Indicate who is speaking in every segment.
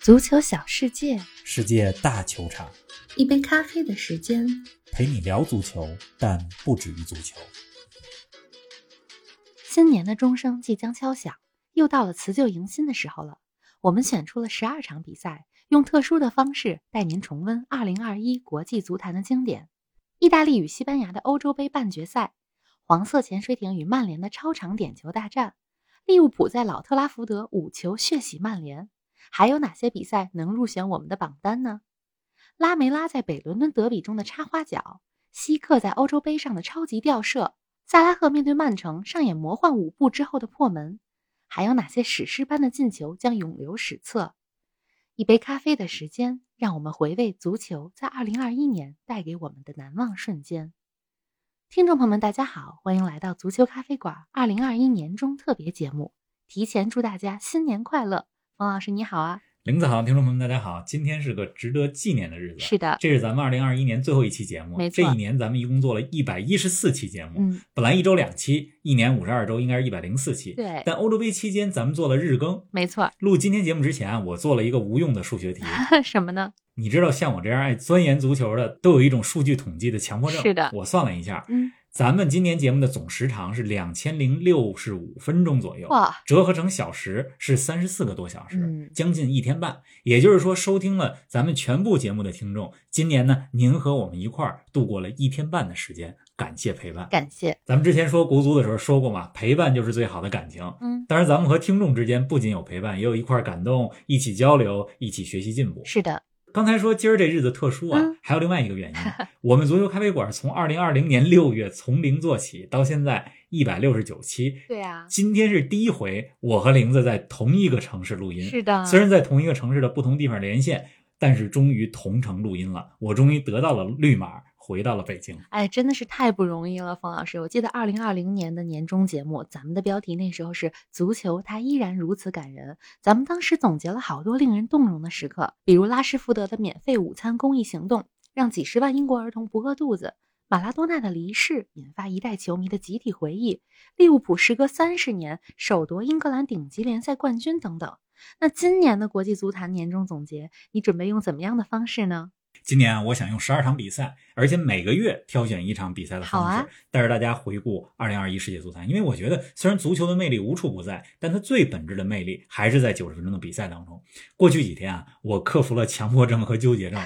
Speaker 1: 足球小世界，
Speaker 2: 世界大球场
Speaker 1: 一杯咖啡的时间。
Speaker 2: 陪你聊足球，但不止于足球。
Speaker 1: 新年的钟声即将敲响，又到了辞旧迎新的时候了。我们选出了十二场比赛，用特殊的方式带您重温2021国际足坛的经典：意大利与西班牙的欧洲杯半决赛，黄色潜水艇与曼联的超长点球大战，利物浦在老特拉福德五球血洗曼联。还有哪些比赛能入选我们的榜单呢？拉梅拉在北伦敦德比中的插花脚，希克在欧洲杯上的超级吊射，萨拉赫面对曼城上演魔幻舞步之后的破门，还有哪些史诗般的进球将永留史册？一杯咖啡的时间，让我们回味足球在2021年带给我们的难忘瞬间。听众朋友们，大家好，欢迎来到足球咖啡馆2021年中特别节目，提前祝大家新年快乐！王老师你好啊，
Speaker 2: 林子好，听众朋友们，大家好，今天是个值得纪念的日子。啊
Speaker 1: 是的，
Speaker 2: 这是咱们二零二一年最后一期节目，
Speaker 1: 没错
Speaker 2: 这一年咱们一共做了一百一十四期节目，
Speaker 1: 嗯，
Speaker 2: 本来一周两期，一年五十二周，应该是一百零四期。
Speaker 1: 对，
Speaker 2: 但欧洲杯期间，咱们做了日更。
Speaker 1: 没错，
Speaker 2: 录今天节目之前啊，我做了一个无用的 数学题。
Speaker 1: 什么呢？
Speaker 2: 你知道，像我这样爱钻研足球的，都有一种数据统计的强迫症。
Speaker 1: 是的
Speaker 2: 我算了一下，
Speaker 1: 嗯，
Speaker 2: 咱们今年节目的总时长是两千零六十五分钟左右。
Speaker 1: 哇，
Speaker 2: 折合成小时是三十四个多小时，
Speaker 1: 嗯
Speaker 2: 将近一天半。也就是说，收听了咱们全部节目的听众，今年呢，您和我们一块儿度过了一天半的时间，感谢陪伴。
Speaker 1: 感谢，
Speaker 2: 咱们之前说国足的时候说过嘛，陪伴就是最好的感情。
Speaker 1: 嗯，
Speaker 2: 当然，咱们和听众之间不仅有陪伴，也有一块儿感动，一起交流，一起学习进步。
Speaker 1: 是的，
Speaker 2: 刚才说今儿这日子特殊啊，
Speaker 1: 嗯
Speaker 2: 还有另外一 个原因，我们足球咖啡馆从二零二零年六月从零做起，到现在一百六十九期，
Speaker 1: 对啊，
Speaker 2: 今天是第一回，我和玲子在同一个城市录音。
Speaker 1: 是的，
Speaker 2: 嗯虽然在同一个城市的不同地方连线，但是终于同城录音了。我终于得到了绿码，回到了北京。
Speaker 1: 哎，真的是太不容易了，冯老师。我记得二零二零年的年终节目，咱们的标题那时候是“足球它依然如此感人”。咱们当时总结了好多令人动容的时刻，比如拉什福德的免费午餐公益行动，让几十万英国儿童不饿肚子；马拉多纳的离世引发一代球迷的集体回忆；利物浦时隔三十年首夺英格兰顶级联赛冠军等等。那今年的国际足坛年终总结，你准备用怎么样的方式呢？
Speaker 2: 今年啊，我想用十二场比赛，而且每个月挑选一场比赛的方式，
Speaker 1: 好啊
Speaker 2: 带着大家回顾二零二一世界足坛。因为我觉得，虽然足球的魅力无处不在，但它最本质的魅力还是在九十分钟的比赛当中。过去几天啊，我克服了强迫症和 纠结症，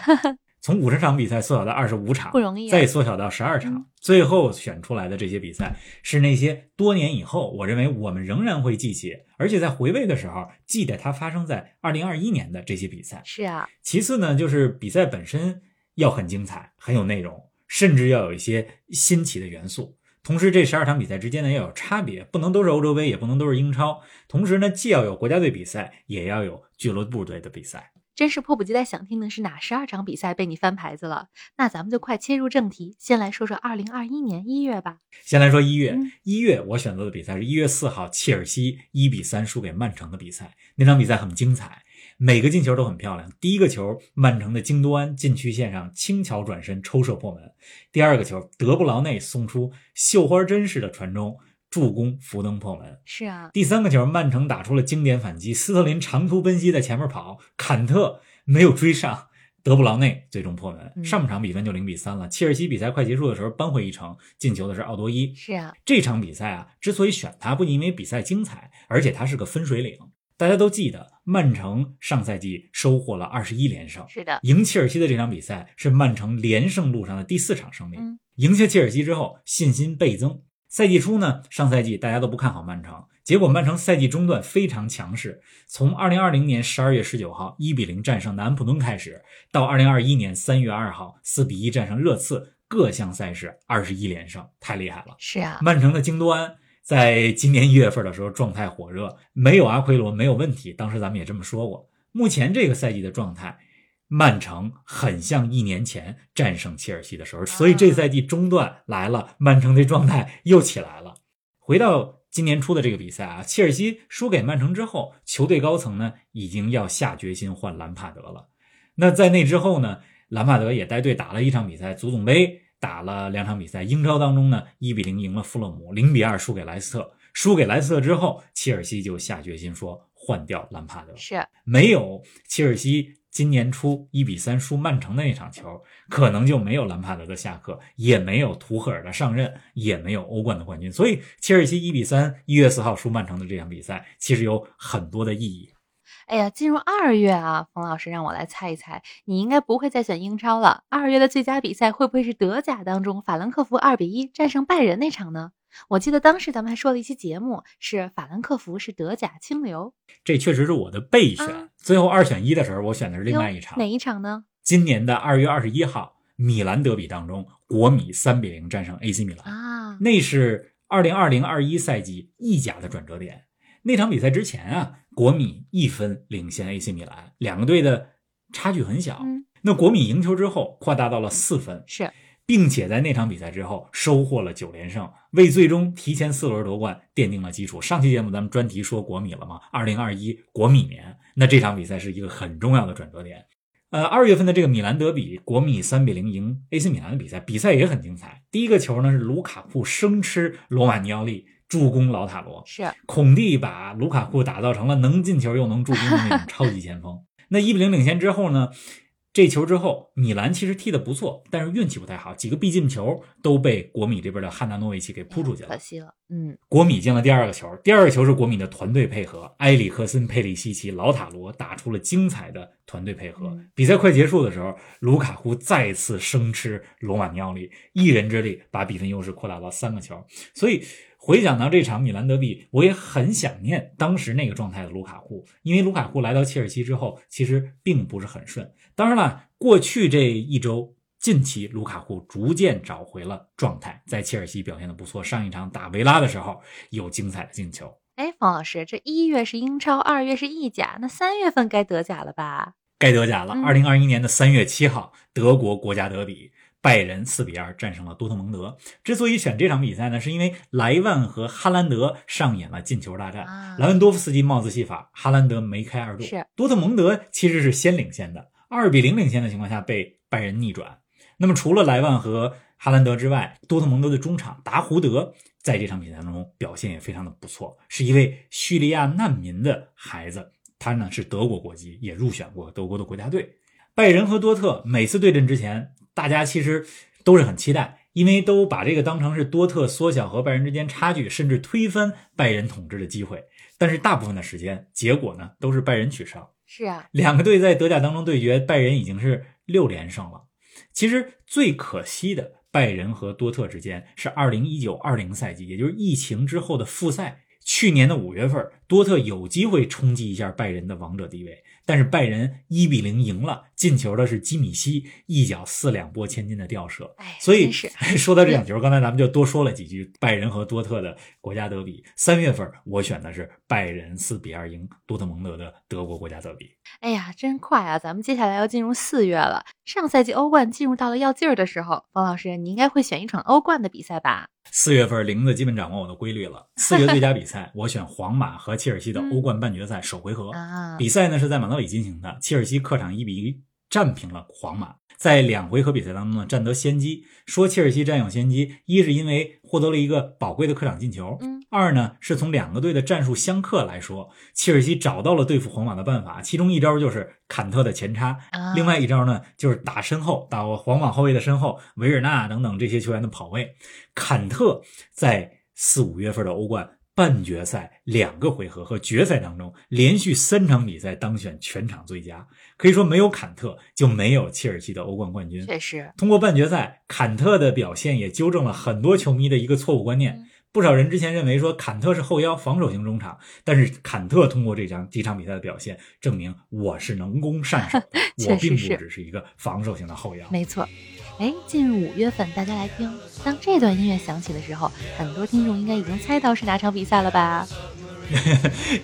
Speaker 2: 从五十场比赛缩小到二十五场
Speaker 1: 不，容易、啊，
Speaker 2: 再缩小到十二场，
Speaker 1: 嗯
Speaker 2: 最后选出来的这些比赛是那些多年以后，我认为我们仍然会记起，而且在回味的时候记得它发生在二零二一年的这些比赛。
Speaker 1: 是啊，
Speaker 2: 其次呢，就是比赛本身要很精彩，很有内容，甚至要有一些新奇的元素。同时，这十二场比赛之间呢要有差别，不能都是欧洲杯，也不能都是英超。同时呢，既要有国家队比赛，也要有俱乐部队的比赛。
Speaker 1: 真是迫不及待想听的是哪十二场比赛被你翻牌子了？那咱们就快切入正题，先来说说二零二一年一月吧。
Speaker 2: 先来说一月
Speaker 1: 嗯，
Speaker 2: 一月我选择的比赛是一月四号切尔西一比三输给曼城的比赛，那场比赛很精彩，每个进球都很漂亮。第一个球，曼城的京多安禁区线上轻巧转身抽射破门；第二个球，德布劳内送出绣花针式的传中助攻福登破门；
Speaker 1: 是啊，
Speaker 2: 第三个球，曼城打出了经典反击，斯特林长途奔袭在前面跑，坎特没有追上。德布劳内最终破门，
Speaker 1: 嗯
Speaker 2: 上半场比分就零比三了。切尔西比赛快结束的时候扳回一城，进球的是奥多伊。
Speaker 1: 是啊，
Speaker 2: 这场比赛啊，之所以选它，不仅因为比赛精彩，而且它是个分水岭。大家都记得，曼城上赛季收获了二十一连胜，
Speaker 1: 是的，
Speaker 2: 赢切尔西的这场比赛是曼城连胜路上的第四场胜利。
Speaker 1: 嗯
Speaker 2: 赢下切尔西之后，信心倍增。赛季初呢，上赛季大家都不看好曼城，结果曼城赛季中段非常强势，从二零二零年十二月十九号一比零战胜南安普敦开始，到二零二一年三月二号四比一战胜热刺，各项赛事二十一连胜，太厉害了。
Speaker 1: 是啊，
Speaker 2: 曼城的京多安在今年一月份的时候状态火热，没有阿奎罗没有问题，当时咱们也这么说过。目前这个赛季的状态，曼城很像一年前战胜切尔西的时候，所以这赛季中段来了，曼城这状态又起来了。回到今年初的这个比赛啊，切尔西输给曼城之后，球队高层呢已经要下决心换兰帕德了。那在那之后呢，兰帕德也带队打了一场比赛，足总杯打了两场比赛，英超当中呢，一比零赢了富勒姆，零比二输给莱斯特。输给莱斯特之后，切尔西就下决心说换掉兰帕德，
Speaker 1: 是
Speaker 2: 没有切尔西今年初一比三输曼城的那场球，可能就没有兰帕德的下课，也没有图赫尔的上任，也没有欧冠的冠军。所以，切尔西一比三一月四号输曼城的这场比赛，其实有很多的意义。
Speaker 1: 哎呀，进入二月啊，冯老师让我来猜一猜，你应该不会再选英超了。二月的最佳比赛会不会是德甲当中法兰克福二比一战胜拜仁那场呢？我记得当时咱们还说了一期节目，是法兰克福是德甲清流。
Speaker 2: 这确实是我的备选。
Speaker 1: 啊
Speaker 2: 最后二选一的时候，我选的是另外
Speaker 1: 哟
Speaker 2: 一场。
Speaker 1: 哪一场呢？
Speaker 2: 今年的二月二十一号，米兰德比当中，国米三比零战胜 AC 米兰。
Speaker 1: 啊，
Speaker 2: 那是二零二零二一赛季意甲的转折点。那场比赛之前啊，国米一分领先 AC 米兰，两个队的差距很小。
Speaker 1: 嗯，
Speaker 2: 那国米赢球之后扩大到了四分，
Speaker 1: 是
Speaker 2: 并且在那场比赛之后收获了九连胜，为最终提前四轮夺冠奠定了基础。上期节目咱们专题说国米了嘛，二零二一国米年，那这场比赛是一个很重要的转折点。呃，二月份的这个米兰德比，国米三比零赢 AC 米兰的比赛，比赛也很精彩。第一个球呢是卢卡库生吃罗马尼奥利助攻老塔罗，
Speaker 1: 是，
Speaker 2: 孔蒂把卢卡库打造成了能进球又能助攻的那种超级前锋。那一比零领先之后呢，这球之后，米兰其实踢得不错，但是运气不太好，几个必进球都被国米这边的汉纳诺维奇给扑出去
Speaker 1: 哎可
Speaker 2: 了。
Speaker 1: 惜了。嗯，
Speaker 2: 国米进了第二个球，第二个球是国米的团队配合，埃里克森、佩里西奇、老塔罗打出了精彩的团队配合
Speaker 1: 嗯。
Speaker 2: 比赛快结束的时候，卢卡库再次生吃罗马尼奥利，一人之力把比分优势扩大到三个球。所以回想到这场米兰德比，我也很想念当时那个状态的卢卡库，因为卢卡库来到切尔西之后，其实并不是很顺。当然了，过去这一周。近期，卢卡库逐渐找回了状态，在切尔西表现的不错。上一场打维拉的时候，有精彩的进球。
Speaker 1: 哎，冯老师，这一月是英超，二月是意甲，那三月份该德甲了吧？
Speaker 2: 该德甲了。
Speaker 1: 嗯
Speaker 2: 二零二一年的三月七号，德国国家德比，拜仁四比二战胜了多特蒙德。之所以选这场比赛呢，是因为莱万和哈兰德上演了进球大战。
Speaker 1: 啊，
Speaker 2: 莱万多夫斯基帽子戏法，哈兰德梅开二度。
Speaker 1: 是
Speaker 2: 多特蒙德其实是先领先的，二比零领先的情况下被拜仁逆转。那么除了莱万和哈兰德之外，多特蒙德的中场达胡德在这场比赛当中表现也非常的不错，是一位叙利亚难民的孩子，他呢是德国国籍，也入选过德国的国家队。拜仁和多特每次对阵之前，大家其实都是很期待，因为都把这个当成是多特缩小和拜仁之间差距，甚至推翻拜仁统治的机会。但是大部分的时间，结果呢都是拜仁取胜。
Speaker 1: 是啊，
Speaker 2: 两个队在德甲当中对决，拜仁已经是六连胜了。其实最可惜的，拜仁和多特之间是二零一九二零赛季，也就是疫情之后的复赛。去年的五月份，多特有机会冲击一下拜仁的王者地位，但是拜仁一比零赢了，进球的是基米希，一脚四两拨千斤的吊射。
Speaker 1: 哎，
Speaker 2: 所以
Speaker 1: 真是
Speaker 2: 说到这两球，刚才咱们就多说了几句拜仁和多特的国家德比。三月份我选的是拜仁四比二赢多特蒙德的德国国家德比。
Speaker 1: 哎呀，真快啊！咱们接下来要进入四月了。上赛季欧冠进入到了要劲儿的时候，冯老师，你应该会选一场欧冠的比赛吧？
Speaker 2: 四月份玲子基本掌握我的规律了。四月最佳比赛， 我选皇马和切尔西的欧冠半决赛首回合。
Speaker 1: 嗯啊，
Speaker 2: 比赛呢是在马德里进行的，切尔西客场一比一战平了皇马，在两回合比赛当中呢占得先机。说切尔西占有先机，一是因为获得了一个宝贵的客场进球，
Speaker 1: 嗯，
Speaker 2: 二呢是从两个队的战术相克来说，切尔西找到了对付皇马的办法，其中一招就是坎特的前插，
Speaker 1: 啊
Speaker 2: 另外一招呢，就是打身后，打皇马后卫的身后，维尔纳等等这些球员的跑位。坎特在四五月份的欧冠半决赛两个回合和决赛当中，连续三场比赛当选全场最佳，可以说没有坎特就没有切尔西的欧冠冠军。
Speaker 1: 确实，
Speaker 2: 通过半决赛，坎特的表现也纠正了很多球迷的一个错误观念
Speaker 1: 嗯。，
Speaker 2: 不少人之前认为说坎特是后腰防守型中场，但是坎特通过这场几场比赛的表现，证明我是能攻善守的
Speaker 1: 确
Speaker 2: 我
Speaker 1: 实
Speaker 2: 并不
Speaker 1: 是
Speaker 2: 只是一个防守型的后腰。
Speaker 1: 没错。哎，进入五月份，大家来听，当这段音乐响起的时候，很多听众应该已经猜到是哪场比赛了吧？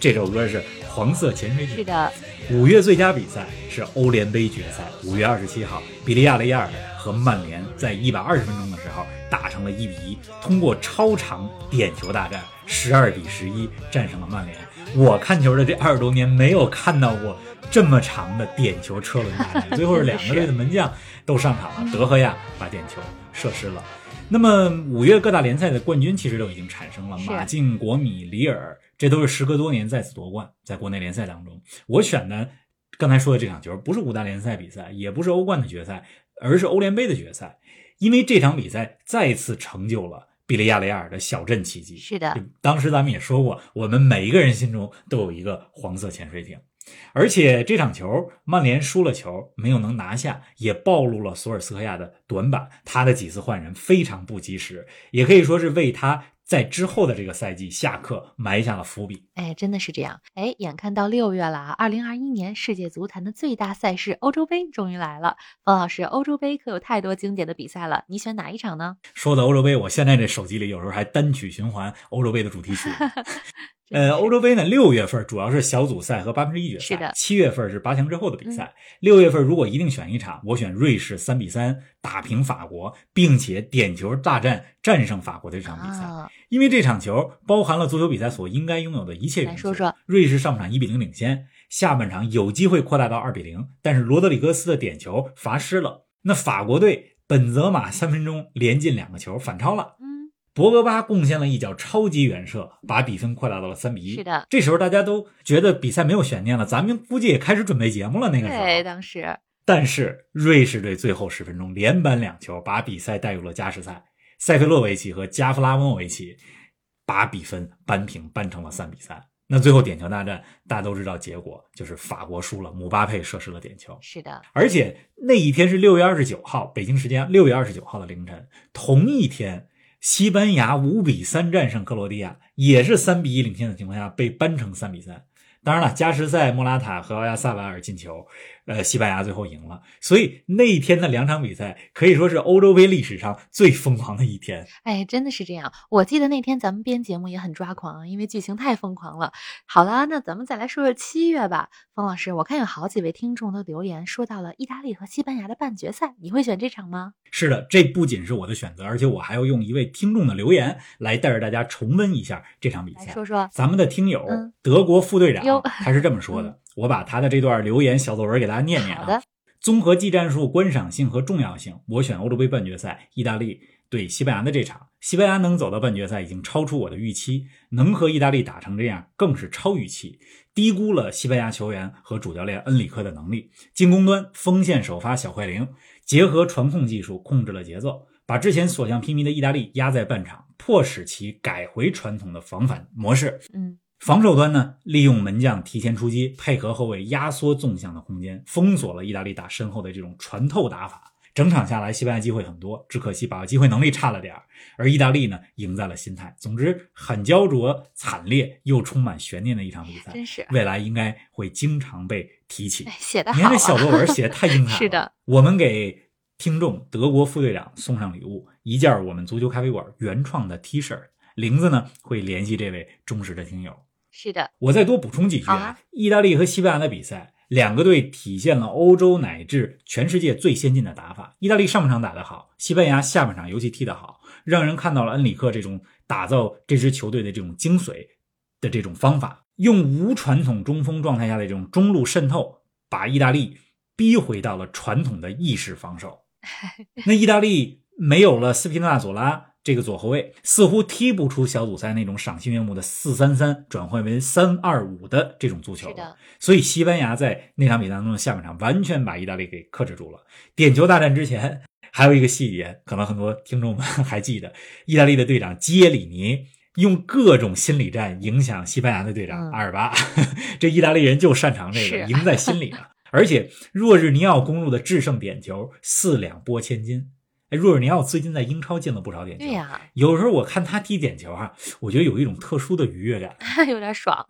Speaker 2: 这首歌是《黄色潜水艇》
Speaker 1: 是。的，
Speaker 2: 五月最佳比赛是欧联杯决赛，五月二十七号，比利亚雷亚尔和曼联在一百二十分钟的时候打成了一比一，通过超长点球大战，十二比十一战胜了曼联。我看球的这二十多年没有看到过这么长的点球车轮大战，最后是两个队的门将都上场了，德赫亚把点球射失了。那么五月各大联赛的冠军其实都已经产生了，
Speaker 1: 是
Speaker 2: 马竞、国米、里尔，这都是时隔多年再次夺冠。在国内联赛当中，我选的刚才说的这场球不是五大联赛比赛，也不是欧冠的决赛，而是欧联杯的决赛，因为这场比赛再次成就了比利亚雷亚尔的小镇奇迹。
Speaker 1: 是的，
Speaker 2: 当时咱们也说过，我们每一个人心中都有一个黄色潜水艇。而且这场球，曼联输了球，没有能拿下，也暴露了索尔斯克亚的短板。他的几次换人非常不及时，也可以说是为他在之后的这个赛季下课埋下了伏笔。
Speaker 1: 哎，真的是这样。哎，眼看到六月了啊，二零二一年世界足坛的最大赛事欧洲杯终于来了。冯老师，欧洲杯可有太多经典的比赛了，你选哪一场呢？
Speaker 2: 说到欧洲杯，我现在这手机里有时候还单曲循环欧洲杯的主题曲。
Speaker 1: 真的
Speaker 2: 呃，
Speaker 1: 是
Speaker 2: 欧洲杯呢，六月份主要是小组赛和八分之一决
Speaker 1: 是的嗯
Speaker 2: 赛，七月份是八强之后的比赛。六月份如果一定选一场，我选瑞士三比三打平法国，并且点球大战战胜法国的这场比赛。
Speaker 1: 啊，
Speaker 2: 因为这场球包含了足球比赛所应该拥有的一切元素。
Speaker 1: 来说说
Speaker 2: 瑞士上半场一比零领先，下半场有机会扩大到二比零，但是罗德里戈斯的点球罚失了。那法国队本泽马三分钟连进两个球，反超了。
Speaker 1: 嗯，
Speaker 2: 博格巴贡献了一脚超级远射，把比分扩大到了三比一。
Speaker 1: 是的，
Speaker 2: 这时候大家都觉得比赛没有悬念了，咱们估计也开始准备节目了。那个时候，啊
Speaker 1: 对，当时
Speaker 2: 但是瑞士队最后十分钟连扳两球，把比赛带入了加时赛。塞菲洛维奇和加夫拉莫维奇把比分扳平，扳成了三比三。那最后点球大战，大家都知道结果，就是法国输了，姆巴佩射失了点球。
Speaker 1: 是的，
Speaker 2: 而且那一天是六月二十九号，北京时间六月二十九号的凌晨，同一天，西班牙五比三战胜克罗地亚，也是三比一领先的情况下被扳成三比三。当然了，加时赛莫拉塔和奥亚萨瓦尔进球，呃，西班牙最后赢了。所以那一天的两场比赛可以说是欧洲杯历史上最疯狂的一天。
Speaker 1: 哎，真的是这样。我记得那天咱们编节目也很抓狂啊，因为剧情太疯狂了。好啦，那咱们再来说说七月吧，冯老师，我看有好几位听众都留言说到了意大利和西班牙的半决赛，你会选这场吗？
Speaker 2: 是的，这不仅是我的选择，而且我还要用一位听众的留言来带着大家重温一下这场比
Speaker 1: 来
Speaker 2: 赛。
Speaker 1: 说说，
Speaker 2: 咱们的听友、
Speaker 1: 嗯
Speaker 2: 德国副队
Speaker 1: 哟嗯
Speaker 2: 长，他是这么说的，我把他的这段留言小作文给大家念念
Speaker 1: 好
Speaker 2: 啊
Speaker 1: 的。，
Speaker 2: 综合技战术观赏性和重要性，我选欧洲杯半决赛，意大利对西班牙的这场。西班牙能走到半决赛已经超出我的预期，能和意大利打成这样更是超预期。低估了西班牙球员和主教练恩里克的能力。进攻端锋线首发小快灵，结合传控技术控制了节奏，把之前所向披靡的意大利压在半场，迫使其改回传统的防反模式。
Speaker 1: 嗯，
Speaker 2: 防守端呢，利用门将提前出击，配合后卫压缩纵向的空间，封锁了意大利打身后的这种传透打法。整场下来，西班牙机会很多，只可惜把握机会能力差了点儿。而意大利呢，赢在了心态。总之，很焦灼、惨烈又充满悬念的一场比赛，
Speaker 1: 真是，
Speaker 2: 未来应该会经常被提起
Speaker 1: 哎。写的
Speaker 2: 你
Speaker 1: 好、啊，
Speaker 2: 看这小作文写的太精彩了。
Speaker 1: 是的，
Speaker 2: 我们给听众德国副队长送上礼物，一件我们足球咖啡馆原创的 T 恤。玲子呢会联系这位忠实的听友。
Speaker 1: 是的，
Speaker 2: 我再多补充几句
Speaker 1: 好啊
Speaker 2: 啊，意大利和西班牙的比赛，两个队体现了欧洲乃至全世界最先进的打法。意大利上半场打得好，西班牙下半场尤其踢得好，让人看到了恩里克这种打造这支球队的这种精髓的这种方法，用无传统中锋状态下的这种中路渗透，把意大利逼回到了传统的意式防 守。那意大利没有了斯皮纳佐拉这个左后卫，似乎踢不出小组赛那种赏心悦目的四三三转换为三二五的这种足球
Speaker 1: 是的
Speaker 2: 了。所以西班牙在那场比赛当中的下半场完全把意大利给克制住了。点球大战之前还有一个细节，可能很多听众们 还记得，意大利的队长基耶里尼。用各种心理战影响西班牙的队长
Speaker 1: 嗯
Speaker 2: 阿尔巴， 这意大利人就擅长这个，
Speaker 1: 是
Speaker 2: 赢在心里啊！而且若日尼奥攻入的制胜点球，四两拨千斤。哎，若日尼奥最近在英超进了不少点球。
Speaker 1: 对呀、
Speaker 2: 有时候我看他踢点球啊，我觉得有一种特殊的愉悦感。
Speaker 1: 有点爽。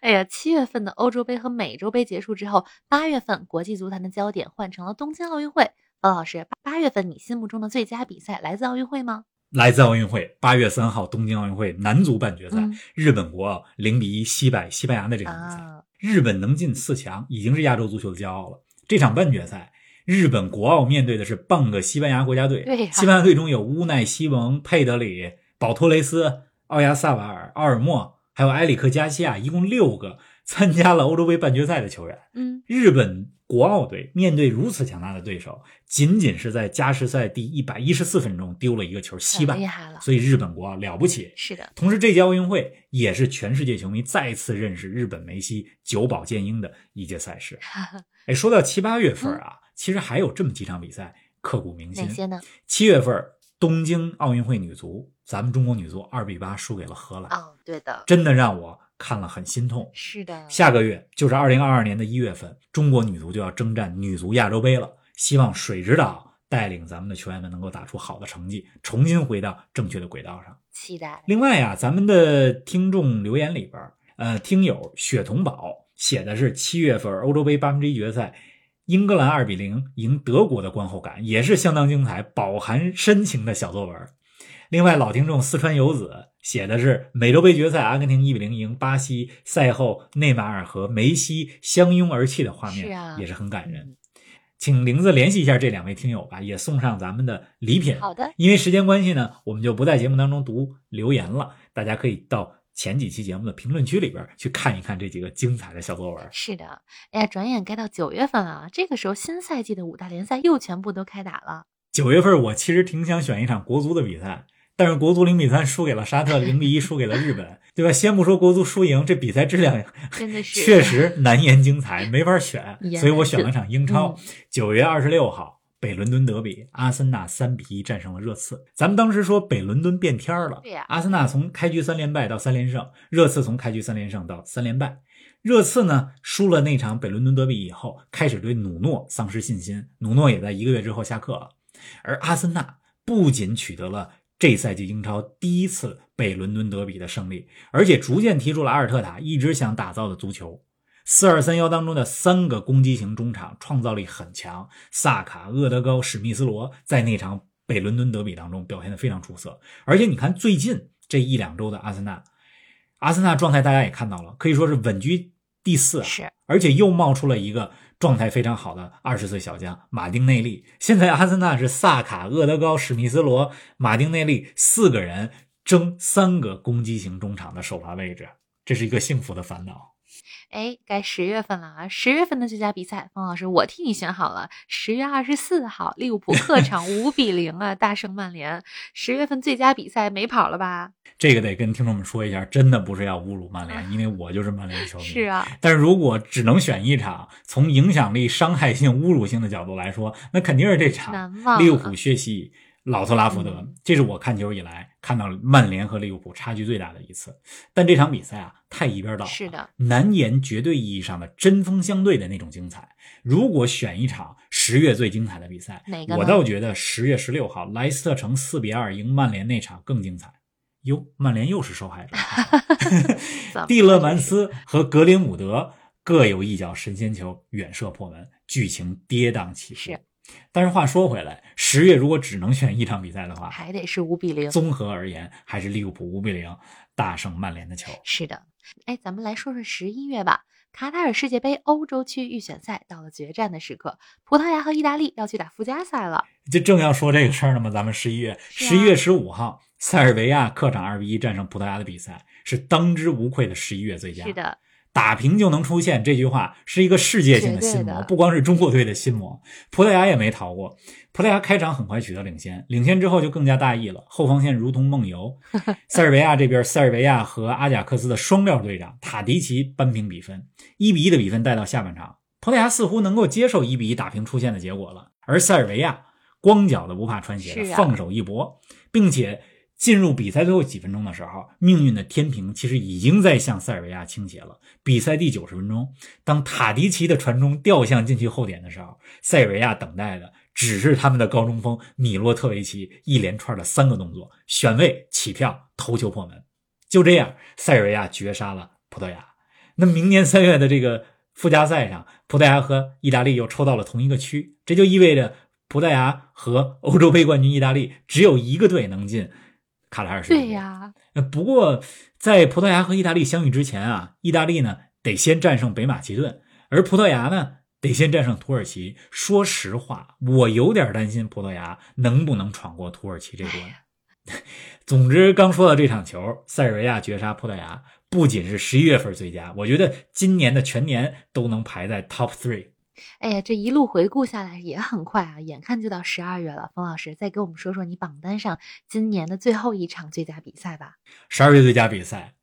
Speaker 1: 哎呀，七月份的欧洲杯和美洲杯结束之后，八月份国际足坛的焦点换成了东京奥运会。冯老师，八月份你心目中的最佳比赛来自奥运会吗？
Speaker 2: 来自奥运会，八月三号东京奥运会男足半决赛，
Speaker 1: 嗯
Speaker 2: 日本国啊零比一惜败西班牙的这场比赛。
Speaker 1: 啊，
Speaker 2: 日本能进四强已经是亚洲足球的骄傲了。这场半决赛，日本国奥面对的是半个西班牙国家队。
Speaker 1: 对呀
Speaker 2: 西班牙队中有乌奈、西蒙、佩德里、保托雷斯、奥亚萨瓦尔、奥尔莫，还有埃里克加西亚，一共六个参加了欧洲杯半决赛的球员。
Speaker 1: 嗯
Speaker 2: 日本国奥队面对如此强大的对手，仅仅是在加时赛第一百一十四分钟丢了一个球，惜
Speaker 1: 很厉
Speaker 2: 败。
Speaker 1: 害了，
Speaker 2: 所以日本国奥了不起。
Speaker 1: 是的，
Speaker 2: 同时，这届奥运会也是全世界球迷再次认识日本梅西久保建英的一届赛事。 哎，说到七八月份啊，其实还有这么几场比赛刻骨铭
Speaker 1: 嗯哪些
Speaker 2: 心。
Speaker 1: 呢？
Speaker 2: 七月份东京奥运会女足，咱们中国女足二比八输给了荷兰，
Speaker 1: 哦，对的，
Speaker 2: 真的让我看了很心痛。
Speaker 1: 是的，
Speaker 2: 下个月就是二零二二年的一月份，中国女足就要征战女足亚洲杯了。希望水指导带领咱们的球员们能够打出好的成绩，重新回到正确的轨道上。
Speaker 1: 期待，
Speaker 2: 另外呀，咱们的听众留言里边儿，呃，听友雪童堡写的是七月份欧洲杯八分之一决赛，英格兰二比零赢德国的观后感，也是相当精彩，饱含深情的小作文。另外，老听众四川游子写的是美洲杯决赛，阿根廷一比零赢巴西，赛后内马尔和梅西相拥而泣的画面，
Speaker 1: 是啊
Speaker 2: 也是很感人。
Speaker 1: 嗯
Speaker 2: 请玲子联系一下这两位听友吧，也送上咱们的礼品。
Speaker 1: 好的，
Speaker 2: 因为时间关系呢，我们就不在节目当中读留言了，大家可以到前几期节目的评论区里边去看一看这几个精彩的小作文。
Speaker 1: 是的，哎呀，转眼该到九月份了啊，这个时候新赛季的五大联赛又全部都开打了。
Speaker 2: 九月份我其实挺想选一场国足的比赛，但是国足零比三输给了沙特，零比一输给了日本，对吧？先不说国足输赢，这比赛质量
Speaker 1: 真的是
Speaker 2: 确实难言精彩，没法选，
Speaker 1: 也
Speaker 2: 所以我
Speaker 1: 是
Speaker 2: 选了场英超
Speaker 1: 嗯。
Speaker 2: 九月二十六号，北伦敦德比，阿森纳三比一战胜了热刺。咱们当时说北伦敦变天儿了，
Speaker 1: 对呀
Speaker 2: 阿森纳从开局三连败到三连胜，热刺从开局三连胜到三连败。热刺呢输了那场北伦敦德比以后，开始对努诺丧失信心，努诺也在一个月之后下课了。而阿森纳不仅取得了这赛季英超第一次北伦敦德比的胜利，而且逐渐提出了阿尔特塔一直想打造的足球。四二三幺当中的三个攻击型中场创造力很强，萨卡、厄德高、史密斯罗在那场北伦敦德比当中表现得非常出色。而且你看最近这一两周的阿森纳，阿森纳状态大家也看到了，可以说是稳居第四啊，
Speaker 1: 是
Speaker 2: 而且又冒出了一个状态非常好的二十岁小将马丁内利。现在阿森纳是萨卡、厄德高、史密斯罗、马丁内利四个人争三个攻击型中场的首发位置，这是一个幸福的烦恼。
Speaker 1: 哎，该十月份了啊！十月份的最佳比赛，方老师我替你选好了。十月二十四号，利物浦客 场五比零啊大胜曼联。十月份最佳比赛没跑了吧？
Speaker 2: 这个得跟听众们说一下，真的不是要侮辱曼联，因为我就是曼联球迷。
Speaker 1: 是啊，
Speaker 2: 但是如果只能选一场，从影响力、伤害性、侮辱性的角度来说，那肯定是这场
Speaker 1: 难忘、啊。
Speaker 2: 利物浦血洗老特拉福德，
Speaker 1: 嗯
Speaker 2: 这是我看球以来看到曼联和利物浦差距最大的一次。但这场比赛啊，太一边倒了，
Speaker 1: 是的，
Speaker 2: 难言绝对意义上的针锋相对的那种精彩。如果选一场十月最精彩的比赛
Speaker 1: 哪个，呢
Speaker 2: 我倒觉得十月十六号莱斯特城四比二赢曼联那场更精彩。哟，曼联又是受害者。
Speaker 1: 怎么
Speaker 2: 蒂勒曼斯和格林伍德各有一脚神仙球远射破门，剧情跌宕起伏
Speaker 1: 是。
Speaker 2: 但是话说回来，十月如果只能选一场比赛的话，
Speaker 1: 还得是五比零？
Speaker 2: 综合而言还是利物浦五比零大胜曼联的球。
Speaker 1: 是的，哎，咱们来说说十一月吧。卡塔尔世界杯欧洲区预选赛到了决战的时刻，葡萄牙和意大利要去打附加赛了。
Speaker 2: 就正要说这个事儿呢嘛，咱们十一月
Speaker 1: 是啊
Speaker 2: 十一月十五号，塞尔维亚客场二比一战胜葡萄牙的比赛是当之无愧的十一月最佳。
Speaker 1: 是的，
Speaker 2: 打平就能出现这句话是一个世界性的心
Speaker 1: 绝对
Speaker 2: 魔，
Speaker 1: 的
Speaker 2: 不光是中国队的心魔，葡萄牙也没逃过。葡萄牙开场很快取得领先，领先之后就更加大意了，后防线如同 梦游。塞尔维亚这边，塞尔维亚和阿贾克斯的双料队长塔迪奇扳平比分，一比一的比分带到下半场，葡萄牙似乎能够接受一比一打平出现的结果了，而塞尔维亚光脚的不怕穿鞋
Speaker 1: 是
Speaker 2: 的，
Speaker 1: 啊
Speaker 2: 放手一搏，并且进入比赛最后几分钟的时候，命运的天平其实已经在向塞尔维亚倾斜了。比赛第九十分钟，当塔迪奇的传中掉向禁区后点的时候，塞尔维亚等待的只是他们的高中锋米洛特维奇一连串的三个动作：选位、起跳、头球破门。就这样，塞尔维亚绝杀了葡萄牙。那明年三月的这个附加赛上，葡萄牙和意大利又抽到了同一个区，这就意味着葡萄牙和欧洲杯冠军意大利只有一个队能进卡塔尔世界杯。
Speaker 1: 对呀、
Speaker 2: 呃不过在葡萄牙和意大利相遇之前啊，意大利呢得先战胜北马其顿，而葡萄牙呢得先战胜土耳其。说实话，我有点担心葡萄牙能不能闯过 土耳其这关。总之，刚说到这场球，塞尔维亚绝杀葡萄牙，不仅是十一月份最佳，我觉得今年的全年都能排在 top three。
Speaker 1: 哎呀，这一路回顾下来也很快啊，眼看就到十二月了。冯老师，再给我们说说你榜单上今年的最后一场最佳比赛吧。
Speaker 2: 十二月最佳比赛，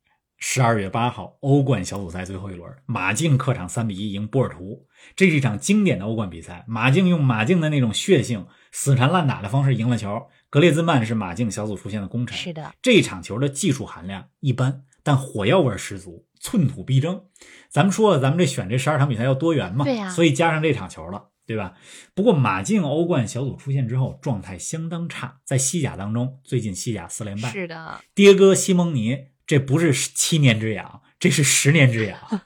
Speaker 2: 十二月八号欧冠小组赛最后一轮，马竞客场三比一赢波尔图，这是一场经典的欧冠比赛。马竞用马竞的那种血性、死缠烂打的方式赢了球。格列兹曼是马竞小组出现的功臣。
Speaker 1: 是的，
Speaker 2: 这场球的技术含量一般，但火药味十足，寸土必争。咱们说了，咱们这选这十二场比赛要多元嘛，
Speaker 1: 对呀
Speaker 2: 所以加上这场球了，对吧？不过马竞欧冠小组出线之后状态相当差，在西甲当中，最近西甲四连败，
Speaker 1: 是 的，
Speaker 2: 迭戈·西蒙尼，这不是七年之痒，这是十年之痒，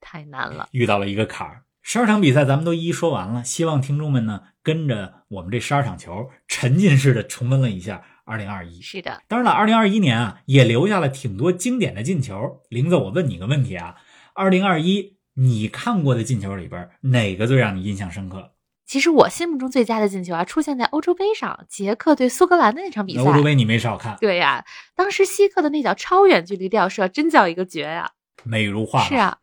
Speaker 1: 太难了。
Speaker 2: 遇到了一个坎儿。十二场比赛咱们都一一说完了，希望听众们呢跟着我们这十二场球沉浸式的重温了一下2021。
Speaker 1: 是的，
Speaker 2: 当然了，二零二一年啊，也留下了挺多经典的进球。林子，我问你个问题啊，二零二一你看过的进球里边，哪个最让你印象深刻？
Speaker 1: 其实我心目中最佳的进球啊，出现在欧洲杯上，捷克对苏格兰的那场比赛。
Speaker 2: 欧洲杯你没少看，
Speaker 1: 对呀、当时希克的那脚超远距离吊射，真叫一个绝呀、
Speaker 2: 美如画。
Speaker 1: 是，啊，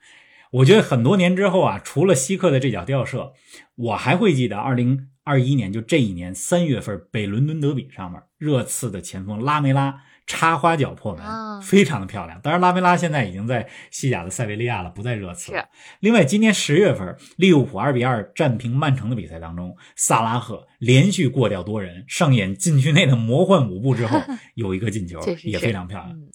Speaker 2: 我觉得很多年之后啊，除了希克的这脚吊射，我还会记得二零二一年，就这一年三月份北伦敦德比上面，热刺的前锋拉梅拉插花脚破门，
Speaker 1: 啊
Speaker 2: 非常的漂亮。当然，拉梅拉现在已经在西甲的塞维利亚了，不在热刺了
Speaker 1: 是
Speaker 2: 另外，今年十月份利物浦二比二战平曼城的比赛当中，萨拉赫连续过掉多人，上演禁区内的魔幻舞步之 后，有一个进球
Speaker 1: 确实
Speaker 2: 也
Speaker 1: 是
Speaker 2: 非常漂亮。
Speaker 1: 嗯，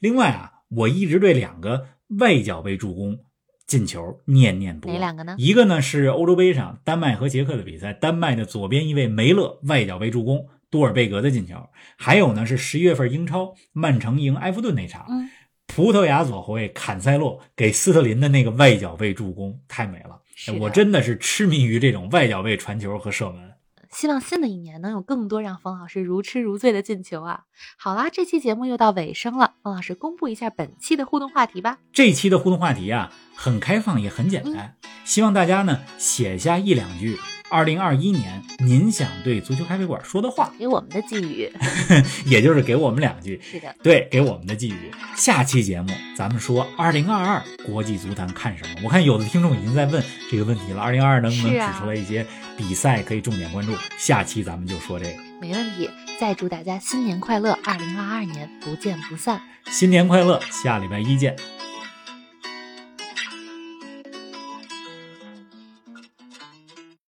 Speaker 2: 另外啊，我一直对两个外脚背助攻进球念念不忘。
Speaker 1: 哪两个呢？
Speaker 2: 一个呢是欧洲杯上丹麦和捷克的比赛，丹麦的左边一位梅勒外脚背助攻多尔贝格的进球；还有呢是十一月份英超曼城赢埃弗顿那场，
Speaker 1: 嗯，
Speaker 2: 葡萄牙左后卫坎塞洛给斯特林的那个外脚背助攻，太美了！
Speaker 1: 是的
Speaker 2: 我真的是痴迷于这种外脚背传球和射门。
Speaker 1: 希望新的一年能有更多让冯老师如痴如醉的进球啊！好啦，这期节目又到尾声了，冯老师公布一下本期的互动话题吧。
Speaker 2: 这期的互动话题啊，很开放也很简单，
Speaker 1: 嗯
Speaker 2: 希望大家呢写下一两句。二零二一年，您想对足球咖啡馆说的话，
Speaker 1: 给我们的寄语，
Speaker 2: 也就是给我们两句，
Speaker 1: 是的，
Speaker 2: 对，给我们的寄语。下期节目咱们说二零二二国际足坛看什么？我看有的听众已经在问这个问题了，二零二二能不能
Speaker 1: 是
Speaker 2: 指
Speaker 1: 啊
Speaker 2: 出来一些比赛可以重点关注？下期咱们就说这个。
Speaker 1: 没问题。再祝大家新年快乐，二零二二年不见不散。
Speaker 2: 新年快乐，下礼拜一见，